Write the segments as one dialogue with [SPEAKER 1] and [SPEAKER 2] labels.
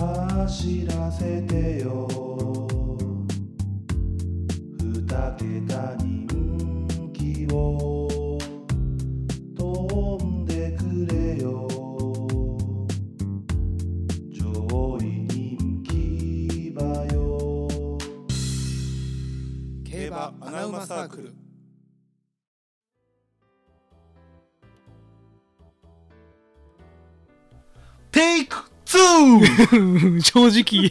[SPEAKER 1] 走らせてよ二桁人気を飛んでくれよ上位人気馬よ
[SPEAKER 2] 競馬アナウマサークル
[SPEAKER 1] テイク 2!
[SPEAKER 3] 正直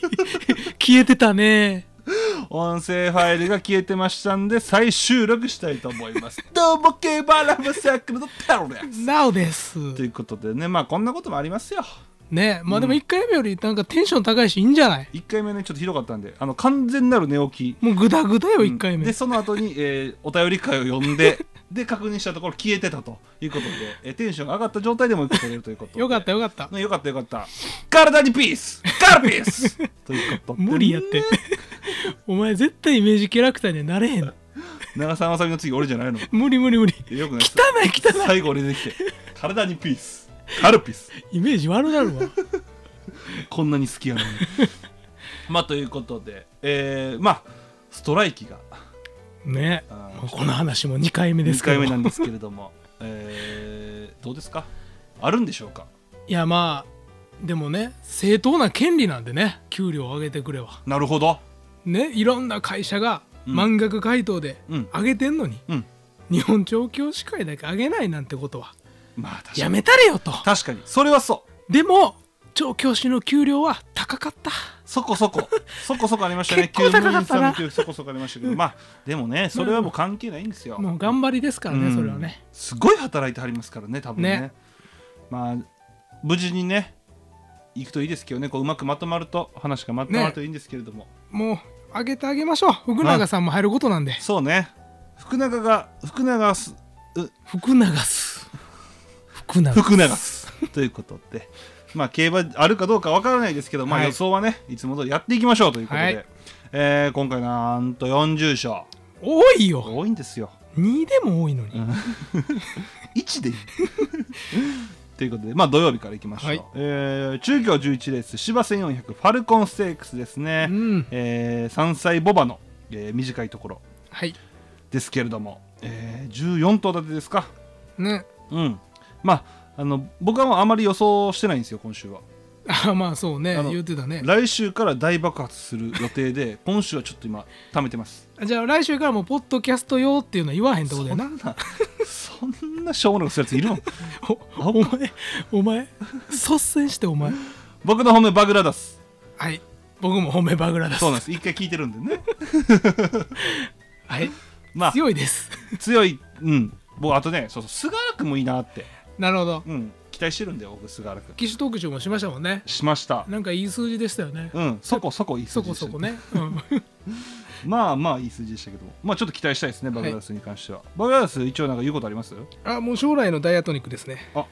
[SPEAKER 3] 消えてたね
[SPEAKER 1] 音声ファイルが消えてましたんで再収録したいと思います どうも競馬ラブサークルのタロです
[SPEAKER 3] なおです
[SPEAKER 1] ということでねまあこんなこともありますよ
[SPEAKER 3] ねまあでも1回目よりなんかテンション高いしいいんじゃない
[SPEAKER 1] 1回目ねちょっとひどかったんであの完全なる寝起き
[SPEAKER 3] もうグダグダよ1回
[SPEAKER 1] うん
[SPEAKER 3] 目、
[SPEAKER 1] でその後に、えーお便り会を呼んで で確認したところ消えてたということで、えーテンションが上がった状態でもう一回撮れるということで
[SPEAKER 3] よかったよかった
[SPEAKER 1] ねよかったよかった体にピースカルピースということで
[SPEAKER 3] 無理やってお前絶対イメージキャラクターにはなれへん
[SPEAKER 1] 長澤まさみの次俺じゃないの
[SPEAKER 3] 無理無理無理
[SPEAKER 1] よくない
[SPEAKER 3] 汚い汚い
[SPEAKER 1] 最後俺出てきて体にピースカルピス
[SPEAKER 3] イメージ悪な るわ
[SPEAKER 1] こんなに好 きやのにまあということでえー、まあストライキが
[SPEAKER 3] ね
[SPEAKER 1] あー
[SPEAKER 3] まあこの話も2回目で
[SPEAKER 1] 2
[SPEAKER 3] すけ
[SPEAKER 1] 回
[SPEAKER 3] ど
[SPEAKER 1] 目なんですけれど もえー、どうですかあるんでしょうか
[SPEAKER 3] いやまあでもね正当な権利なんでね給料を上げてくれは
[SPEAKER 1] なるほど
[SPEAKER 3] ねいろんな会社が
[SPEAKER 1] うん
[SPEAKER 3] 満額回答で
[SPEAKER 1] うん
[SPEAKER 3] 上げてんのに、
[SPEAKER 1] うん
[SPEAKER 3] 日本調教師会だけ上げないなんてことは
[SPEAKER 1] まあ確か
[SPEAKER 3] や
[SPEAKER 1] に
[SPEAKER 3] めたれよと
[SPEAKER 1] 確かにそれはそう
[SPEAKER 3] でも調教師の給料は高かった
[SPEAKER 1] そこそこ そこそこありましたね
[SPEAKER 3] 結構高か
[SPEAKER 1] 給務
[SPEAKER 3] ったな
[SPEAKER 1] 員さんの給料そこそこありましたけどまあでもねそれはもう関係ないんですよ、
[SPEAKER 3] もう頑張りですからね、
[SPEAKER 1] うん
[SPEAKER 3] それはね
[SPEAKER 1] すごい働いてはりますからね多分ね
[SPEAKER 3] ね
[SPEAKER 1] まあ無事にね行くといいですけどねこううまくまとまると話がまとまるといいんですけれども、
[SPEAKER 3] もう上げてあげましょう福永さんも入ることなんで
[SPEAKER 1] そうね福永が福永す
[SPEAKER 3] 福永す福永
[SPEAKER 1] 福永すということでまあ競馬あるかどうかわからないですけど、まあ
[SPEAKER 3] はい
[SPEAKER 1] 予想はねいつも通りやっていきましょうということで、
[SPEAKER 3] はい
[SPEAKER 1] えー今回なんと40勝
[SPEAKER 3] 多いよ
[SPEAKER 1] 多いんですよ
[SPEAKER 3] 2でも多いのに、
[SPEAKER 1] 1でいい ということで、まあ、土曜日からいきましょう、
[SPEAKER 3] はい
[SPEAKER 1] えー中京11レース芝1400ファルコンステークスですね、
[SPEAKER 3] うん
[SPEAKER 1] えー3歳ボバの、えー短いところ
[SPEAKER 3] はい
[SPEAKER 1] ですけれども、えー14頭立てですか
[SPEAKER 3] ね
[SPEAKER 1] うんまああの僕はもうあまり予想してないんですよ今週は
[SPEAKER 3] あまあそうね
[SPEAKER 1] あの
[SPEAKER 3] 言ってたね
[SPEAKER 1] 来週から大爆発する予定 で今週はちょっと今貯めてます
[SPEAKER 3] じゃあ来週からもうポッドキャスト用っていうのは言わへんってことやな
[SPEAKER 1] そん なしょうもなくするやついるの
[SPEAKER 3] おお前お前率先してお前
[SPEAKER 1] 僕の本命バグラダス
[SPEAKER 3] はい僕も褒めバグラです
[SPEAKER 1] そうなんです一回聞いてるんで ね
[SPEAKER 3] はい
[SPEAKER 1] まあ
[SPEAKER 3] 強いです
[SPEAKER 1] 強い、うん、僕あとね、そうそう菅原君もいいなって、
[SPEAKER 3] なるほど
[SPEAKER 1] うん、期待してるんだよ、僕、菅原君。
[SPEAKER 3] 機種特集もしましたもんね
[SPEAKER 1] しました。
[SPEAKER 3] なんかいい数字でしたよね、
[SPEAKER 1] うん、そこそこいい数
[SPEAKER 3] そ
[SPEAKER 1] 字で
[SPEAKER 3] こ
[SPEAKER 1] した
[SPEAKER 3] そこ。ね、うん、
[SPEAKER 1] まあまあいい数字でしたけど、まあちょっと期待したいですね、バグラスに関しては。バグラス、一応なんか言うことあります
[SPEAKER 3] あもう将来のダイアトニックですね
[SPEAKER 1] あ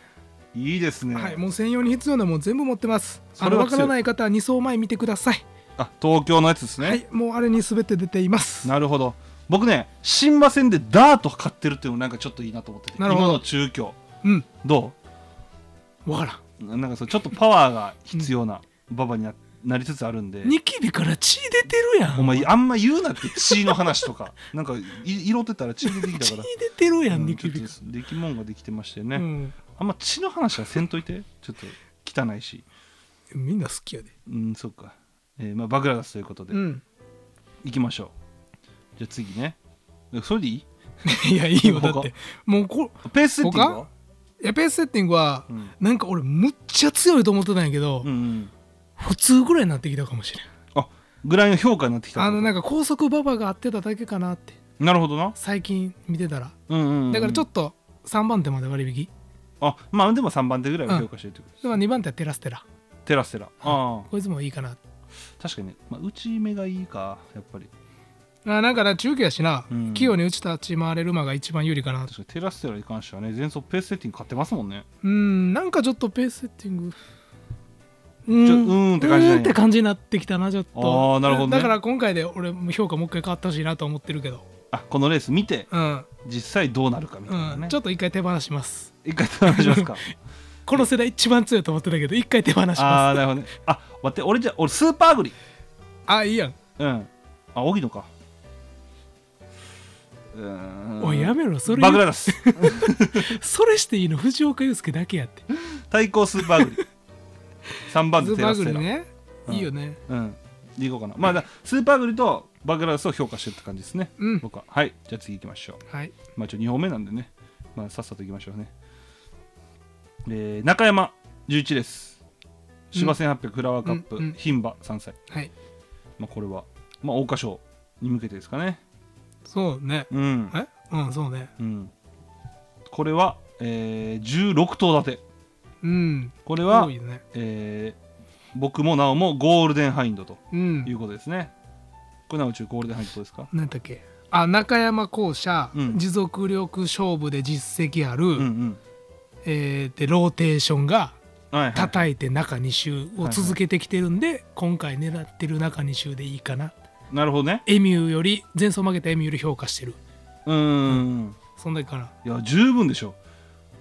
[SPEAKER 1] いいですね。
[SPEAKER 3] はいもう専用に必要なもん全部持ってますあ
[SPEAKER 1] それ
[SPEAKER 3] の
[SPEAKER 1] は強い
[SPEAKER 3] わからない方は2層前見てください
[SPEAKER 1] あ東京のやつですね。
[SPEAKER 3] はいもうあれに全て出ています
[SPEAKER 1] なるほど。僕ね、新馬戦でダート買ってるっていうのもなんかちょっといいなと思ってて、
[SPEAKER 3] なるほど
[SPEAKER 1] 今の中京、
[SPEAKER 3] うん
[SPEAKER 1] ど
[SPEAKER 3] わから
[SPEAKER 1] うなんかそうちょっとパワーが必要な馬場にななりつつあるんで。
[SPEAKER 3] んニキビから血出てるやん
[SPEAKER 1] お前あんま言うなって血の話とか なんかい色ってたら血出てきた
[SPEAKER 3] 血
[SPEAKER 1] か
[SPEAKER 3] 出
[SPEAKER 1] ら
[SPEAKER 3] てるや
[SPEAKER 1] うんん
[SPEAKER 3] ニ
[SPEAKER 1] ちょ
[SPEAKER 3] キ
[SPEAKER 1] っ
[SPEAKER 3] ビ
[SPEAKER 1] と
[SPEAKER 3] か
[SPEAKER 1] できもんができてましてね、
[SPEAKER 3] ら、
[SPEAKER 1] あんま血の話はせんといてちょっと汚いし
[SPEAKER 3] うん、みんな好きやで
[SPEAKER 1] うんそっか、えーまあ、バグラダスということで、
[SPEAKER 3] う
[SPEAKER 1] 行
[SPEAKER 3] ん
[SPEAKER 1] いきましょうじゃあ次ねそれでいい
[SPEAKER 3] いやいいよだ
[SPEAKER 1] 他
[SPEAKER 3] ってもうこ
[SPEAKER 1] ペースセッティングは
[SPEAKER 3] エペースセッティングは、
[SPEAKER 1] うん
[SPEAKER 3] なんか俺むっちゃ強いと思ってたんやけ
[SPEAKER 1] う
[SPEAKER 3] ど、
[SPEAKER 1] ん、うん、
[SPEAKER 3] 普通ぐらいになってきたかもしれん
[SPEAKER 1] あぐらいの評価になってきた
[SPEAKER 3] あのなん
[SPEAKER 1] か
[SPEAKER 3] か高速馬場が合ってただけかなって
[SPEAKER 1] なるほどな、
[SPEAKER 3] 最近見てたら
[SPEAKER 1] うんうんうん
[SPEAKER 3] だからちょっと3番手まで割引
[SPEAKER 1] あまあでも3番手ぐらいは評価してるってことです、
[SPEAKER 3] では2番手はテラステラ
[SPEAKER 1] テラステラああ
[SPEAKER 3] こいつもいいかな
[SPEAKER 1] 確かにね、まあ、内目がいいかやっぱり
[SPEAKER 3] あなんかな中継やしな、
[SPEAKER 1] うん
[SPEAKER 3] 器用に打ち立ち回れる馬が一番有利かな
[SPEAKER 1] 確かにテラステラに関してはね前走ペースセッティング買ってますもんね
[SPEAKER 3] うんなんかちょっとペースセッティングう
[SPEAKER 1] ちょうーんって感じだね
[SPEAKER 3] うーんって感じになってきたなちょっと
[SPEAKER 1] あーなるほどね
[SPEAKER 3] だから今回で俺も評価もう一回変わってほしいなと思ってるけど
[SPEAKER 1] あこのレース見て
[SPEAKER 3] うん、
[SPEAKER 1] 実際どうなるかみたいな
[SPEAKER 3] う
[SPEAKER 1] ね
[SPEAKER 3] ん、ちょっと一回手放します
[SPEAKER 1] 一回話しますか
[SPEAKER 3] この世代一番強いと思ってたけど一回手放します
[SPEAKER 1] あ
[SPEAKER 3] あ
[SPEAKER 1] あなるほどねあ待って俺じゃ俺スーパーグリ
[SPEAKER 3] いいやん
[SPEAKER 1] うんあ荻野かうーん
[SPEAKER 3] おいやめろそれ
[SPEAKER 1] バグラダス
[SPEAKER 3] それしていいの藤岡祐介だけやって
[SPEAKER 1] 対抗スーパーグリ3番手テ
[SPEAKER 3] バ
[SPEAKER 1] ラス
[SPEAKER 3] グ
[SPEAKER 1] テ
[SPEAKER 3] ル
[SPEAKER 1] ラ、
[SPEAKER 3] ねいいよね
[SPEAKER 1] うんでいこうかなまあだスーパーグリとバグラダスを評価してるって感じですね、
[SPEAKER 3] うん
[SPEAKER 1] 僕ははいじゃあ次行きましょう
[SPEAKER 3] はい
[SPEAKER 1] まあちょ2本目なんでね、まあ、さっさと行きましょうね、えー中山11です芝1800フラワーカップ
[SPEAKER 3] うんうん
[SPEAKER 1] 牝馬、3歳、
[SPEAKER 3] はい
[SPEAKER 1] まあ、これは、まあ、桜花賞に向けてですかね
[SPEAKER 3] そうね
[SPEAKER 1] うん、
[SPEAKER 3] えうんそうね
[SPEAKER 1] うん、これは、えー16頭立て
[SPEAKER 3] うん
[SPEAKER 1] これは
[SPEAKER 3] 多、いね
[SPEAKER 1] えー僕もなおもゴールデンハインドと
[SPEAKER 3] うん
[SPEAKER 1] いうことですね、これなお中ゴールデンハインドですか
[SPEAKER 3] なんだっけあ中山校舎、
[SPEAKER 1] うん
[SPEAKER 3] 持続力勝負で実績ある、
[SPEAKER 1] うん
[SPEAKER 3] えーでローテーションが
[SPEAKER 1] うんはい、はい、
[SPEAKER 3] 叩いて中2周を続けてきてるんで、今回狙ってる中2周でいいかな
[SPEAKER 1] なるほどね
[SPEAKER 3] エミューより前走負けたエミューより評価してる
[SPEAKER 1] うーん
[SPEAKER 3] そんだけかない
[SPEAKER 1] や十分でしょ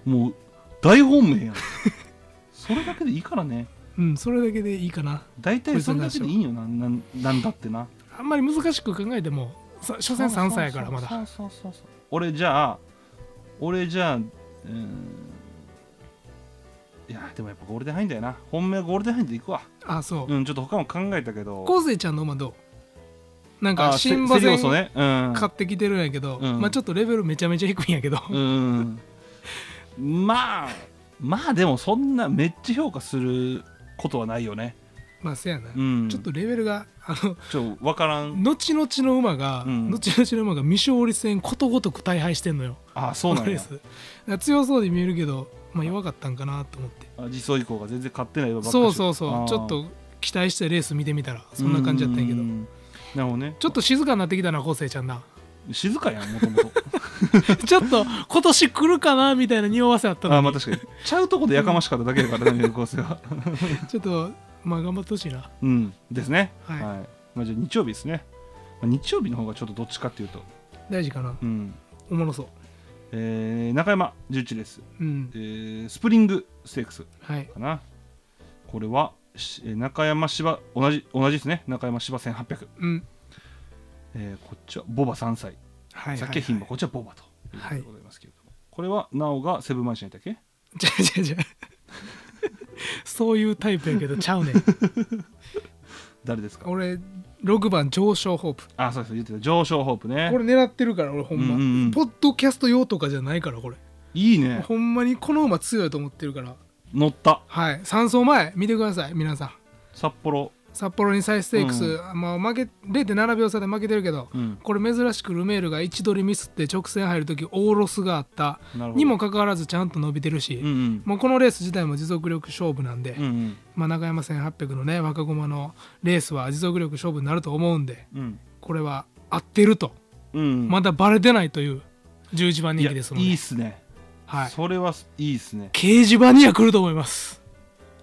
[SPEAKER 1] もう大本命やん それだけでいいからね
[SPEAKER 3] うんそれだけでいいかな
[SPEAKER 1] 大体それだけでいいよななんなんだってな
[SPEAKER 3] あんまり難しく考えてもさ所詮3歳やからまだ
[SPEAKER 1] そうそうそうそう俺じゃあ俺じゃあうーんいやでもやっぱゴールデンハインだよな本命はゴールデンハインでいくわ
[SPEAKER 3] あそう
[SPEAKER 1] うんちょっと他も考えたけど
[SPEAKER 3] 昴生ちゃんの馬どうなん
[SPEAKER 1] あ
[SPEAKER 3] か
[SPEAKER 1] ーせ
[SPEAKER 3] 新馬
[SPEAKER 1] セリオ
[SPEAKER 3] 戦
[SPEAKER 1] ソねうん
[SPEAKER 3] 買ってきてるんやけど、
[SPEAKER 1] うん
[SPEAKER 3] まあちょっとレベルめちゃめちゃ低いんやけど、
[SPEAKER 1] うんまあまあでもそんなめっちゃ評価することはないよね
[SPEAKER 3] まあせやな、
[SPEAKER 1] うん
[SPEAKER 3] ちょっとレベルがあの
[SPEAKER 1] ちょっと分からん
[SPEAKER 3] 後々の馬が、
[SPEAKER 1] うん
[SPEAKER 3] 後々の馬が未勝利戦ことごとく大敗してんのよ
[SPEAKER 1] あそうなん
[SPEAKER 3] このレ
[SPEAKER 1] や
[SPEAKER 3] ースだから強そうで見えるけど、まあ、弱かったんかなと思って
[SPEAKER 1] あ実装以降が全然勝ってないわばっかし
[SPEAKER 3] そうそうそ
[SPEAKER 1] あー
[SPEAKER 3] うちょっと期待してレース見てみたらそんな感じだったんやけ
[SPEAKER 1] う
[SPEAKER 3] ど
[SPEAKER 1] んなるほどね
[SPEAKER 3] ちょっと静かになってきたな昴生ちゃんな
[SPEAKER 1] 静かやんもともと
[SPEAKER 3] ちょっと今年来るかなみたいな匂わせあったの
[SPEAKER 1] あ
[SPEAKER 3] に
[SPEAKER 1] まあ確かにちゃうとこでやかましかっただけやからね高生は
[SPEAKER 3] ちょっとまあ頑張ってほしいな
[SPEAKER 1] うんですね
[SPEAKER 3] はい
[SPEAKER 1] まあじゃあ日曜日ですねまあ日曜日の方がちょっとどっちかっていうと
[SPEAKER 3] 大事かな
[SPEAKER 1] うん
[SPEAKER 3] おもろそう
[SPEAKER 1] えー中山11です、
[SPEAKER 3] うん
[SPEAKER 1] えースプリングステークス
[SPEAKER 3] はい
[SPEAKER 1] かなこれはしえー中山芝同じ同じですね中山芝1800、
[SPEAKER 3] うん
[SPEAKER 1] えーこっちはボバ3歳
[SPEAKER 3] はい
[SPEAKER 1] さっきは牝馬こっちはボバということ
[SPEAKER 3] はい
[SPEAKER 1] でございますけれども、これはなおがセブンマンションやったっけ
[SPEAKER 3] じゃじゃじゃ そういうタイプやけどちゃうねん
[SPEAKER 1] 誰ですか
[SPEAKER 3] 俺6番上昇ホープ
[SPEAKER 1] あそうです言ってた上昇ホープね
[SPEAKER 3] これ狙ってるから俺ほんま、
[SPEAKER 1] うんうんうん
[SPEAKER 3] ポッドキャスト用とかじゃないからこれ、
[SPEAKER 1] いいね
[SPEAKER 3] ほんまにこの馬強いと思ってるから
[SPEAKER 1] 乗った
[SPEAKER 3] はい3走前見てください皆さん
[SPEAKER 1] 札幌
[SPEAKER 3] 札幌にサイステークス、まあ、負け0.7秒差で負けてるけど、
[SPEAKER 1] うん
[SPEAKER 3] これ珍しくルメールが位置取りミスって直線入る時オーロスがあった
[SPEAKER 1] なるほど
[SPEAKER 3] にもかかわらずちゃんと伸びてるし、
[SPEAKER 1] うんうん
[SPEAKER 3] もうこのレース自体も持続力勝負なんで、
[SPEAKER 1] うんうん
[SPEAKER 3] まあ、中山1800のね若駒のレースは持続力勝負になると思うんで
[SPEAKER 1] うん
[SPEAKER 3] これは合ってると、
[SPEAKER 1] うん
[SPEAKER 3] まだバレてないという11番
[SPEAKER 1] い
[SPEAKER 3] 人
[SPEAKER 1] やい
[SPEAKER 3] 気ですので
[SPEAKER 1] いっすね
[SPEAKER 3] はい、
[SPEAKER 1] それはすいいっすね
[SPEAKER 3] 掲示板には来ると思います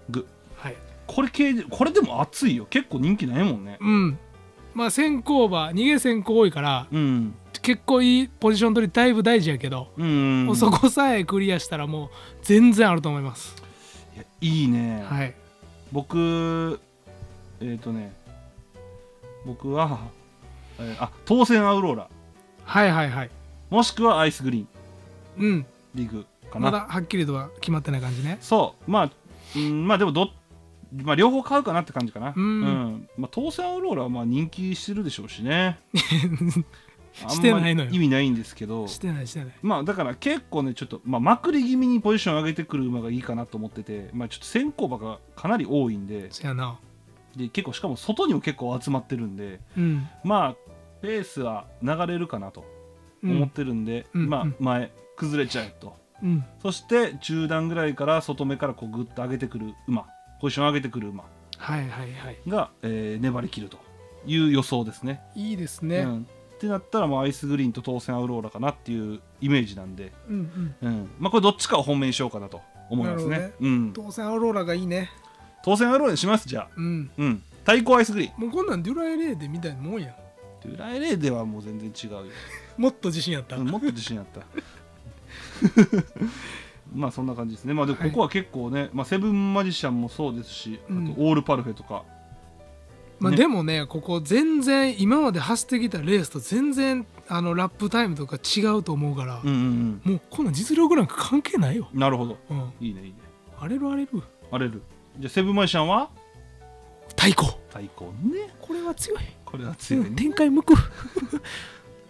[SPEAKER 1] ぐ
[SPEAKER 3] はい
[SPEAKER 1] これ系でこれでも熱いよ結構人気ないもんね
[SPEAKER 3] うんまあ先行馬逃げ先行多いから
[SPEAKER 1] うん
[SPEAKER 3] 結構いいポジション取りだいぶ大事やけど、
[SPEAKER 1] うんうん
[SPEAKER 3] もうそこさえクリアしたらもう全然あると思います、
[SPEAKER 1] いやいいね、
[SPEAKER 3] はい
[SPEAKER 1] 僕えっ、とね僕は、えーあ当選アウローラ
[SPEAKER 3] はいはいはい
[SPEAKER 1] もしくはアイスグリーン
[SPEAKER 3] うん
[SPEAKER 1] リーグかな
[SPEAKER 3] まだはっきりとは決まってない感じね
[SPEAKER 1] そうまあ、うん、まあでもどっ、まあ、両方買うかなって感じかな
[SPEAKER 3] うん
[SPEAKER 1] まあ、当選アウローラはまあ人気してるでしょうしね
[SPEAKER 3] してないの
[SPEAKER 1] あん
[SPEAKER 3] よ
[SPEAKER 1] まり意味ないんですけど
[SPEAKER 3] してないしてない
[SPEAKER 1] まあだから結構ねちょっと、まあ、まくり気味にポジション上げてくる馬がいいかなと思ってて、まあ、ちょっと先行馬がかなり多いんで
[SPEAKER 3] そやな
[SPEAKER 1] で結構しかも外にも結構集まってるんで
[SPEAKER 3] うん
[SPEAKER 1] まあペースは流れるかなと
[SPEAKER 3] うん
[SPEAKER 1] 思ってるんで、
[SPEAKER 3] うん
[SPEAKER 1] まあ
[SPEAKER 3] うん
[SPEAKER 1] 前崩れちゃえと。
[SPEAKER 3] うん
[SPEAKER 1] そして中段ぐらいから外目からこうグッと上げてくる馬ポジション上げてくる馬
[SPEAKER 3] はいはいはい
[SPEAKER 1] が、えー粘り切るという予想ですね。
[SPEAKER 3] いいですね、
[SPEAKER 1] う
[SPEAKER 3] うん
[SPEAKER 1] ん、ってなったらもうアイスグリーンと当選アウローラかなっていうイメージなんで、
[SPEAKER 3] うん
[SPEAKER 1] うんまあ、これどっちかを本命にしようかなと思いますね。
[SPEAKER 3] なるほ
[SPEAKER 1] うん、
[SPEAKER 3] 当選アローラがいいね
[SPEAKER 1] 当選アウローラにしますじゃあ、
[SPEAKER 3] うん
[SPEAKER 1] うん、対抗アイスグリーン。
[SPEAKER 3] もうこんなんデュラエレーデみたいなもんやん
[SPEAKER 1] ドゥライレーではもう全然違うよ。
[SPEAKER 3] もっと自信あった、
[SPEAKER 1] うんもっと自信あった。まあそんな感じですねまあでもここは結構ね、まあ、セブンマジシャンもそうですしあと
[SPEAKER 3] うん
[SPEAKER 1] オールパルフェとか、
[SPEAKER 3] まあ、
[SPEAKER 1] ね
[SPEAKER 3] でもねここ全然今まで走ってきたレースと全然あのラップタイムとか違うと思うから、
[SPEAKER 1] うんうん
[SPEAKER 3] もうこんなん実力なんか関係ないよ、
[SPEAKER 1] うんなるほど
[SPEAKER 3] うん、
[SPEAKER 1] いいねいいね
[SPEAKER 3] 荒れる荒れる
[SPEAKER 1] あれるじゃあセブンマジシャンは
[SPEAKER 3] 太鼓
[SPEAKER 1] 太鼓ね
[SPEAKER 3] これは強い
[SPEAKER 1] これは強い
[SPEAKER 3] う
[SPEAKER 1] ね、
[SPEAKER 3] ん展開向く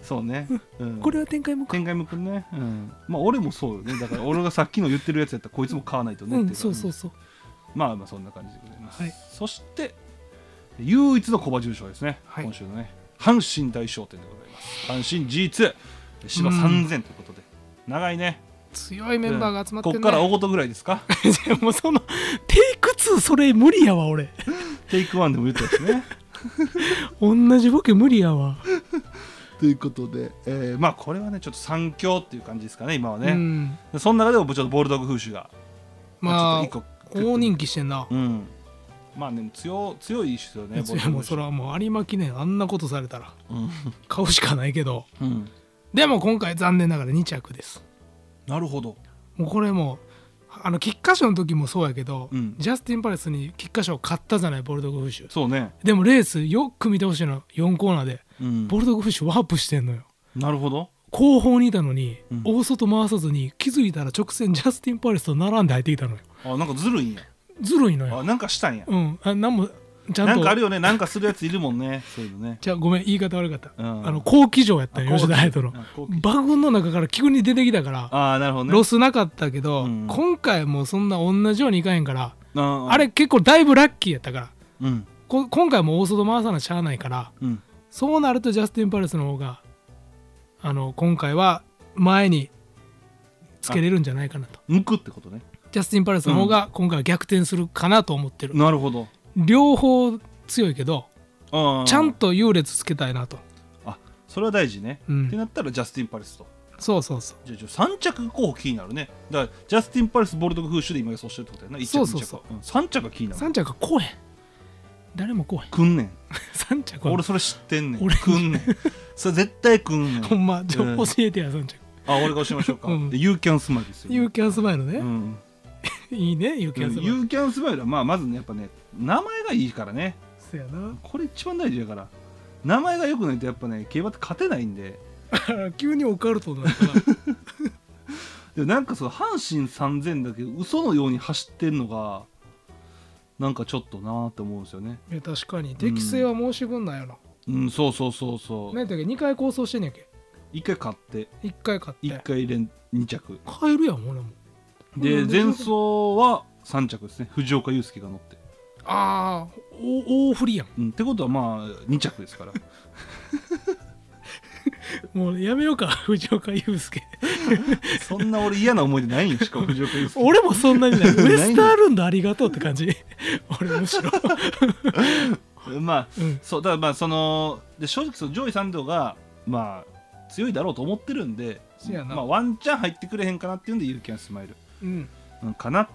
[SPEAKER 1] そうね、うん、
[SPEAKER 3] これは展開向く、
[SPEAKER 1] 天外向くんね、うん、まあ俺もそうよねだから俺がさっきの言ってるやつやったらこいつも買わないとね
[SPEAKER 3] う
[SPEAKER 1] ってい
[SPEAKER 3] ん、そうそうう
[SPEAKER 1] か
[SPEAKER 3] そう
[SPEAKER 1] まあまあそんな感じでございます、
[SPEAKER 3] はい
[SPEAKER 1] そして唯一の小馬重賞ですね、
[SPEAKER 3] はい
[SPEAKER 1] 今週のね阪神大賞典でございます阪神 G2 芝3000ということで、長いね
[SPEAKER 3] 強いメンバーが集まって
[SPEAKER 1] こ
[SPEAKER 3] る
[SPEAKER 1] っ
[SPEAKER 3] ね、
[SPEAKER 1] から 大事ぐらいですか
[SPEAKER 3] でもそのテイク2それ無理やわ俺
[SPEAKER 1] テイクワンでも言ったです ね
[SPEAKER 3] 同じボケ無理やわ、
[SPEAKER 1] ということで、えーまあこれはねちょっと三強っていう感じですかね今は
[SPEAKER 3] う
[SPEAKER 1] ね、
[SPEAKER 3] ん
[SPEAKER 1] その中でもちょっとボルドグ風習が、
[SPEAKER 3] ま
[SPEAKER 1] ち
[SPEAKER 3] あ
[SPEAKER 1] ょっと一個
[SPEAKER 3] 大人気してんな、
[SPEAKER 1] うんまあでも強強いですよね
[SPEAKER 3] いやもうそれはもう有馬記念あんなことされたら
[SPEAKER 1] うん、
[SPEAKER 3] 買うしかないけど
[SPEAKER 1] うん、
[SPEAKER 3] でも今回残念ながら2着です
[SPEAKER 1] なるほど
[SPEAKER 3] もうこれもうあの菊花賞の時もそうやけど、
[SPEAKER 1] うん
[SPEAKER 3] ジャスティン・パレスに菊花賞勝ったじゃないボルドグフッシュ
[SPEAKER 1] そうね、
[SPEAKER 3] でもレースよく見てほしいの4コーナーで
[SPEAKER 1] うん、
[SPEAKER 3] ボルドグフッシュワープしてんのよ
[SPEAKER 1] なるほど
[SPEAKER 3] 後方にいたのに、
[SPEAKER 1] うん
[SPEAKER 3] 大外回さずに気づいたら直線ジャスティン・パレスと並んで入ってきたのよ
[SPEAKER 1] あなんかずるいんや
[SPEAKER 3] ずるいのよ
[SPEAKER 1] あなんかしたんや
[SPEAKER 3] うんあなんもちゃ
[SPEAKER 1] なんん
[SPEAKER 3] と
[SPEAKER 1] かあるよねなんかするやついるもんねそういうのね
[SPEAKER 3] じゃあごめん言い方悪かった、
[SPEAKER 1] うん
[SPEAKER 3] あの後期上やったよ
[SPEAKER 1] あ
[SPEAKER 3] 吉田隼人
[SPEAKER 1] あ
[SPEAKER 3] の
[SPEAKER 1] 後期
[SPEAKER 3] 馬群の中から急に出てきたから
[SPEAKER 1] ああなるほどね
[SPEAKER 3] ロ
[SPEAKER 1] ス
[SPEAKER 3] スなかったけど、
[SPEAKER 1] うん
[SPEAKER 3] 今回もそんな同じようにいかへんから、
[SPEAKER 1] あ
[SPEAKER 3] あれ結構だいぶラッキーやったから
[SPEAKER 1] うん
[SPEAKER 3] こ今回も大外回さなしゃあないから
[SPEAKER 1] うん
[SPEAKER 3] そうなるとジャスティン・パレスの方があの今回は前につけれるんじゃないかなと
[SPEAKER 1] 抜くってことね
[SPEAKER 3] ジャスティン・パレスの方が今回は逆転するかなと思ってる、
[SPEAKER 1] なるほど
[SPEAKER 3] 両方強いけど
[SPEAKER 1] あー
[SPEAKER 3] ちゃんと優劣つけたいなと、
[SPEAKER 1] あそれは大事ね、
[SPEAKER 3] うん
[SPEAKER 1] ってなったらジャスティン・パレスと
[SPEAKER 3] そうそうそう
[SPEAKER 1] じゃあじゃあ3着候補気になるねだからジャスティン・パレスボルドグフーシュで今予想してるってことやな1着
[SPEAKER 3] そうそうそう
[SPEAKER 1] 2着、ん、3着が気になる
[SPEAKER 3] 3着は来へん誰も来 へん
[SPEAKER 1] くんねん
[SPEAKER 3] 3着は
[SPEAKER 1] 俺それ知ってんねん
[SPEAKER 3] 俺
[SPEAKER 1] くんねんそれ絶対くんねん
[SPEAKER 3] ほんまじゃあ
[SPEAKER 1] うん
[SPEAKER 3] 教えてや3着
[SPEAKER 1] あ俺が教えましょうか、
[SPEAKER 3] うん
[SPEAKER 1] で You Can Smile ですよ
[SPEAKER 3] ユーキャンスマイル
[SPEAKER 1] う
[SPEAKER 3] ね、
[SPEAKER 1] ん、
[SPEAKER 3] いいねユーキャンスマイル
[SPEAKER 1] You Can Smile はまあまずねやっぱね名前がいいからね
[SPEAKER 3] そうやな
[SPEAKER 1] これ一番大事だから名前が良くないとやっぱね競馬って勝てないんで
[SPEAKER 3] 急にオカルトになったな
[SPEAKER 1] でもなんかその阪神3000だけ嘘のように走ってんのがなんかちょっとなーって思うんですよね
[SPEAKER 3] いや確かに適性は申し分ないよな、
[SPEAKER 1] うんそうそうそうそう、
[SPEAKER 3] 何やったっけ2回構想してんやんけ
[SPEAKER 1] 一回勝って
[SPEAKER 3] 1回買って
[SPEAKER 1] 一回連2着
[SPEAKER 3] 買えるやん俺も
[SPEAKER 1] で
[SPEAKER 3] うん
[SPEAKER 1] 前走は3着ですね藤岡祐介が乗って、
[SPEAKER 3] ああ大振りやん
[SPEAKER 1] うん、ってことはまあ2着です から
[SPEAKER 3] もうやめようか 藤岡祐介
[SPEAKER 1] そんな俺嫌な思い出ないんよしかも藤岡祐介
[SPEAKER 3] 俺もそんなにない ウ
[SPEAKER 1] ないの
[SPEAKER 3] エスタールンドありがとうって感じ 俺むしろ
[SPEAKER 1] まあ、
[SPEAKER 3] うん
[SPEAKER 1] そうだからまあそので正直その上位3頭がまあ強いだろうと思ってるんで
[SPEAKER 3] そうやな
[SPEAKER 1] まあ、ワンチャン入ってくれへんかなっていうんで「You Can Smile
[SPEAKER 3] うん」
[SPEAKER 1] うんかな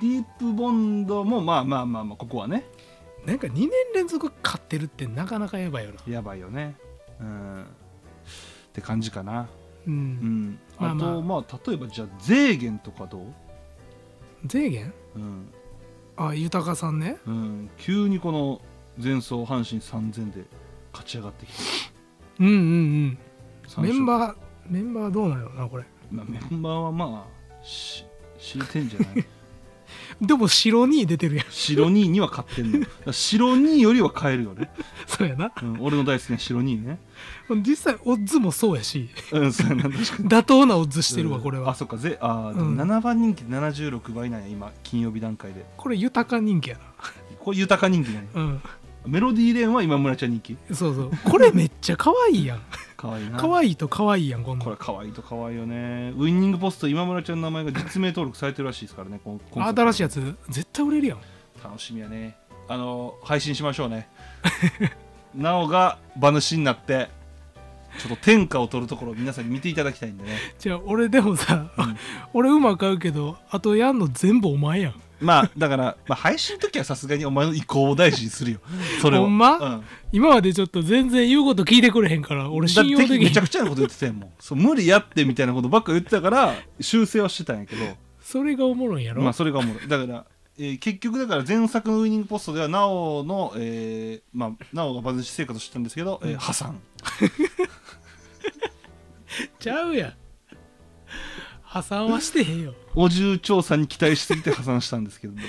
[SPEAKER 1] ディープボンドもまあまあまあまあここはね
[SPEAKER 3] なんか2年連続買ってるってなかなかやばいよな
[SPEAKER 1] やばいよねうんって感じかなう
[SPEAKER 3] う
[SPEAKER 1] んんあと
[SPEAKER 3] まあまあ
[SPEAKER 1] まあ、例えばじゃあ税源とかどう
[SPEAKER 3] 税源
[SPEAKER 1] うん、
[SPEAKER 3] あ豊さんね
[SPEAKER 1] うん、急にこの前走阪神3000で勝ち上がってきて
[SPEAKER 3] うんうんうんメン
[SPEAKER 1] ー、
[SPEAKER 3] バーメンバーはどうなのなこれ
[SPEAKER 1] まあ、メンバーはまあし知れてんじゃない
[SPEAKER 3] でも白に出てるやん
[SPEAKER 1] 白2には勝ってんのよだから白2よりは買えるよね、
[SPEAKER 3] そうやな
[SPEAKER 1] うん、俺の大好きな白2ね
[SPEAKER 3] 実際オッズもそうやし
[SPEAKER 1] うんそうやな確かに
[SPEAKER 3] 妥当なオッズしてるわこれ
[SPEAKER 1] あ
[SPEAKER 3] は
[SPEAKER 1] そっかぜあ、ーで
[SPEAKER 3] うん
[SPEAKER 1] も7番人気で76倍なんや今金曜日段階で
[SPEAKER 3] これ豊か人気や
[SPEAKER 1] これ豊か人気なんや
[SPEAKER 3] なうん
[SPEAKER 1] メロディーレーンは今村ちゃん人気
[SPEAKER 3] そうそうこれめっちゃ可愛いやん
[SPEAKER 1] かわいいな
[SPEAKER 3] 可愛いと可愛いやんこんな
[SPEAKER 1] これ
[SPEAKER 3] ん
[SPEAKER 1] 可愛いと可愛いよねウイニングポスト今村ちゃんの名前が実名登録されてるらしいですからねこ今
[SPEAKER 3] 新しいやつ絶対売れるやん
[SPEAKER 1] 楽しみやねあの配信しましょうね なおが馬主になってちょっと天下を取るところを皆さんに見ていただきたいんでね
[SPEAKER 3] じゃあ俺でもさ、
[SPEAKER 1] うん
[SPEAKER 3] 俺馬買うけどあとやんの全部お前やん
[SPEAKER 1] まあだから、 まあ、配信の時はさすがにお前の意向を大事にするよそれは
[SPEAKER 3] ほんま
[SPEAKER 1] うん、
[SPEAKER 3] 今までちょっと全然言うこと聞いてくれへんから俺信用
[SPEAKER 1] だ
[SPEAKER 3] で
[SPEAKER 1] って
[SPEAKER 3] き
[SPEAKER 1] めち
[SPEAKER 3] へ
[SPEAKER 1] ゃ
[SPEAKER 3] ん
[SPEAKER 1] くちゃなこと言ってたやんもんそう無理やってみたいなことばっか言ってたから修正はしてたんやけど
[SPEAKER 3] それがおもろいんやろ、
[SPEAKER 1] まあそれがおもろいだから、えー結局だから前作のウイニングポストではなおの、えーまあ、なおがバズし生活をしてたんですけど、えー
[SPEAKER 3] うん
[SPEAKER 1] 破産
[SPEAKER 3] ちゃうやん破産はしてへんよ
[SPEAKER 1] お重調査に期待しすぎて破産したんです けれど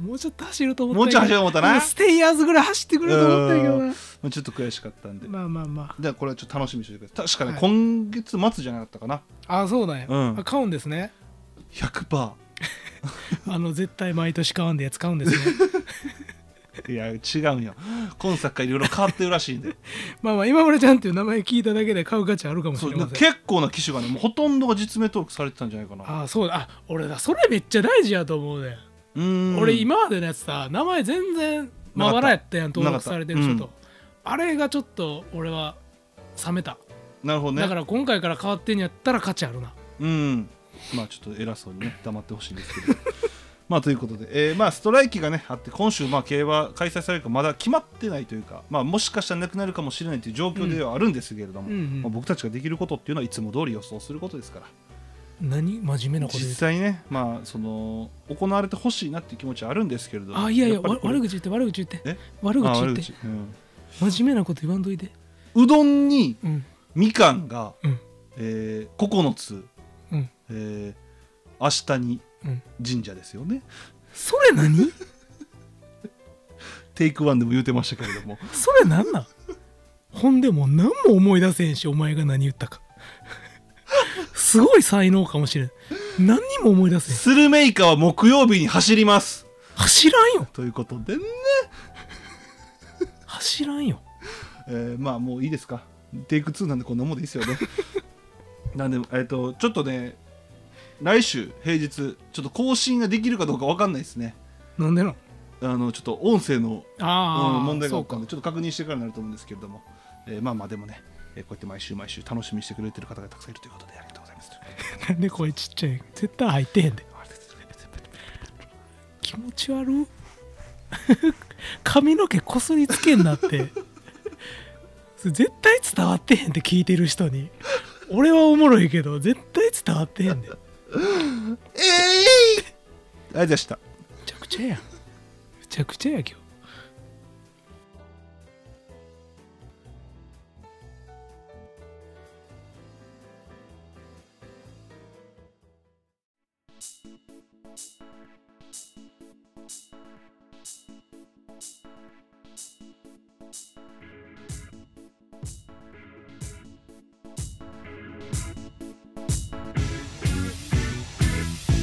[SPEAKER 1] も
[SPEAKER 3] もうちょっと走ると思った
[SPEAKER 1] もうちょい走ろう
[SPEAKER 3] う
[SPEAKER 1] 思ったな
[SPEAKER 3] ステイヤーズぐらい走ってくれると思ったんやけどな
[SPEAKER 1] まあちょっと悔しかったんで、
[SPEAKER 3] まあまあま
[SPEAKER 1] でこれはちょっと楽しみにしてください確かね、
[SPEAKER 3] はい
[SPEAKER 1] 今月末じゃなかったかな
[SPEAKER 3] ああそうなんや、
[SPEAKER 1] うん
[SPEAKER 3] あ買うんですね
[SPEAKER 1] 100%
[SPEAKER 3] あの絶対毎年買うんでやつ買うんですね
[SPEAKER 1] いや違うんよ今作からいろいろ変わってるらしいん で
[SPEAKER 3] まあまあ今村ちゃんっていう名前聞いただけで買う価値あるかもし
[SPEAKER 1] そう
[SPEAKER 3] れません
[SPEAKER 1] 結構な機種がねもうほとんどが実名登録されてたんじゃないかな
[SPEAKER 3] ああそうだあ俺だそれめっちゃ大事やと思うね、
[SPEAKER 1] うーん
[SPEAKER 3] 俺今までのやつさ名前全然まばらやったやん登録されてる
[SPEAKER 1] な
[SPEAKER 3] 人
[SPEAKER 1] か
[SPEAKER 3] と、あれがちょっと俺は冷めた、
[SPEAKER 1] なるほどね
[SPEAKER 3] だから今回から変わってんやったら価値あるな
[SPEAKER 1] うんまあちょっと偉そうにね黙ってほしいんですけど まあということで、えーまあストライキがねあって今週まあ競馬開催されるかまだ決まってないというかまあもしかしたらなくなるかもしれないという状況ではあるんですけれども、
[SPEAKER 3] うんうんうん
[SPEAKER 1] まあ、僕たちができることっていうのはいつも通り予想することですから
[SPEAKER 3] 何真面目なこと言
[SPEAKER 1] 実
[SPEAKER 3] う
[SPEAKER 1] 際ねまあその行われてほしいなっていう気持ちはあるんですけれども
[SPEAKER 3] あいやいや
[SPEAKER 1] っぱり
[SPEAKER 3] わ
[SPEAKER 1] これ
[SPEAKER 3] 悪口言って悪口言って
[SPEAKER 1] え
[SPEAKER 3] 悪口言っ
[SPEAKER 1] あ
[SPEAKER 3] て
[SPEAKER 1] うん
[SPEAKER 3] 真面目なこと言わんといて
[SPEAKER 1] うどんに
[SPEAKER 3] うん
[SPEAKER 1] みかんが、
[SPEAKER 3] うん
[SPEAKER 1] えー、9つ、
[SPEAKER 3] うん
[SPEAKER 1] えー明日に
[SPEAKER 3] うん
[SPEAKER 1] 神社ですよね
[SPEAKER 3] それ何
[SPEAKER 1] テイクワンでも言うてましたけれど も
[SPEAKER 3] それ何なんほんでもう何も思い出せんしお前が何言ったかすごい才能かもしれん何にも思い出せん
[SPEAKER 1] スルメイカは木曜日に走ります
[SPEAKER 3] 走らんよ
[SPEAKER 1] ということでね、
[SPEAKER 3] 走らんよ
[SPEAKER 1] えーまあもういいですかテイク2なんでこんなもんでいいですよね なんでえっ、とちょっとね来週平日ちょっと更新ができるかどうかわかんないですね
[SPEAKER 3] なんでなん
[SPEAKER 1] あのちょっと音声の
[SPEAKER 3] ああ、
[SPEAKER 1] うん問題が
[SPEAKER 3] そ
[SPEAKER 1] あ
[SPEAKER 3] う
[SPEAKER 1] った
[SPEAKER 3] か
[SPEAKER 1] んでちょっと確認してからになると思うんですけれども、えーまあまあでもね、えーこうやって毎週毎週楽しみにしてくれてる方がたくさんいるということでありがとうございます。
[SPEAKER 3] なんで声ちっちゃい絶対入ってへんで気持ち悪い 髪の毛こすりつけんなってそれ絶対伝わってへんって聞いてる人に俺はおもろいけど絶対伝わってへんでめ
[SPEAKER 1] えー、ありがとうございました。
[SPEAKER 3] ちゃくちゃやんめちゃくちゃや今日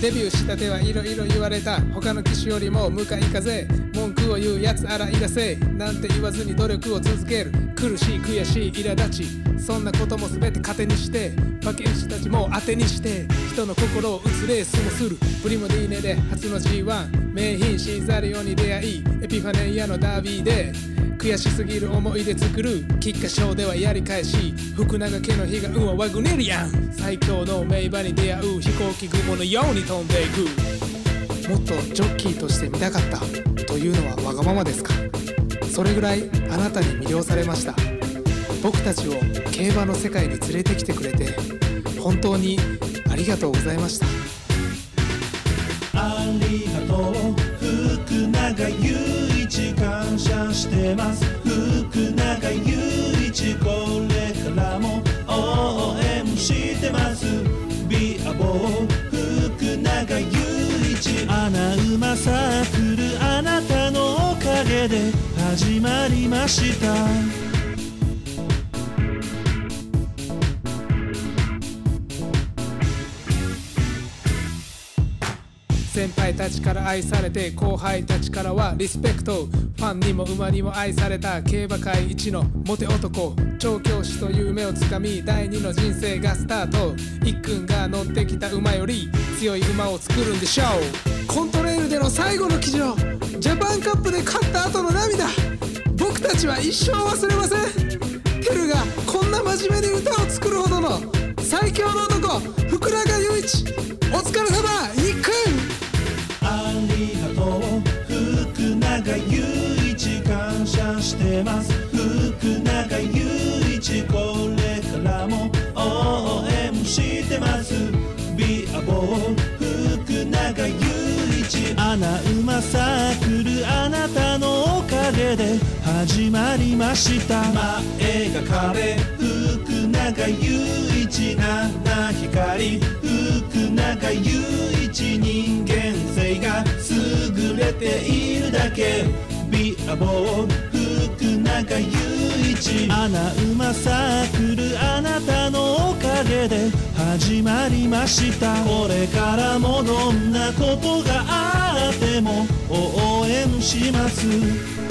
[SPEAKER 2] デビューしたてはいろいろ言われた他の機種よりも向かい風文句を言うやつ洗い出せなんて言わずに努力を続ける苦しい悔しい苛立ちそんなことも全て糧にして馬券師たちも当てにして人の心を打つレースもするプリモディーネで初の G1 名品シーザリオに出会いエピファネイアのダービーで悔しすぎる思い出作る菊花賞ではやり返し福永家の悲願はワグネリアン最強の名馬に出会う飛行機雲のように飛んでいくもっとジョッキーとして見たかったというのはわがままですかそれぐらいあなたに魅了されました僕たちを競馬の世界に連れてきてくれて本当にありがとうございました
[SPEAKER 4] ありがとう福永祐一感謝してます福永祐一これからも応援してますビアボー福永祐一穴馬サークルあなたのおかげで始まりました
[SPEAKER 2] 先輩たちから愛されて後輩たちからはリスペクトファンにも馬にも愛された競馬界一のモテ男調教師という目をつかみ第二の人生がスタート一君が乗ってきた馬より強い馬を作るんでしょうコントレールでの最後の騎乗ジャパンカップで勝った後の涙僕たちは一生忘れませんテルがこんな真面目に歌を作るほどの最強の男福永祐一お疲れ様一君
[SPEAKER 4] ありがとう福永祐一感謝してます福永祐一これからも応援してますビアボー福永れで始まりました前が壁福永祐一七光福永祐一人間性が優れているだけビアボー福永祐一穴馬サークルあなたのおかげで始まりましたこれからもどんなことがあっても応援します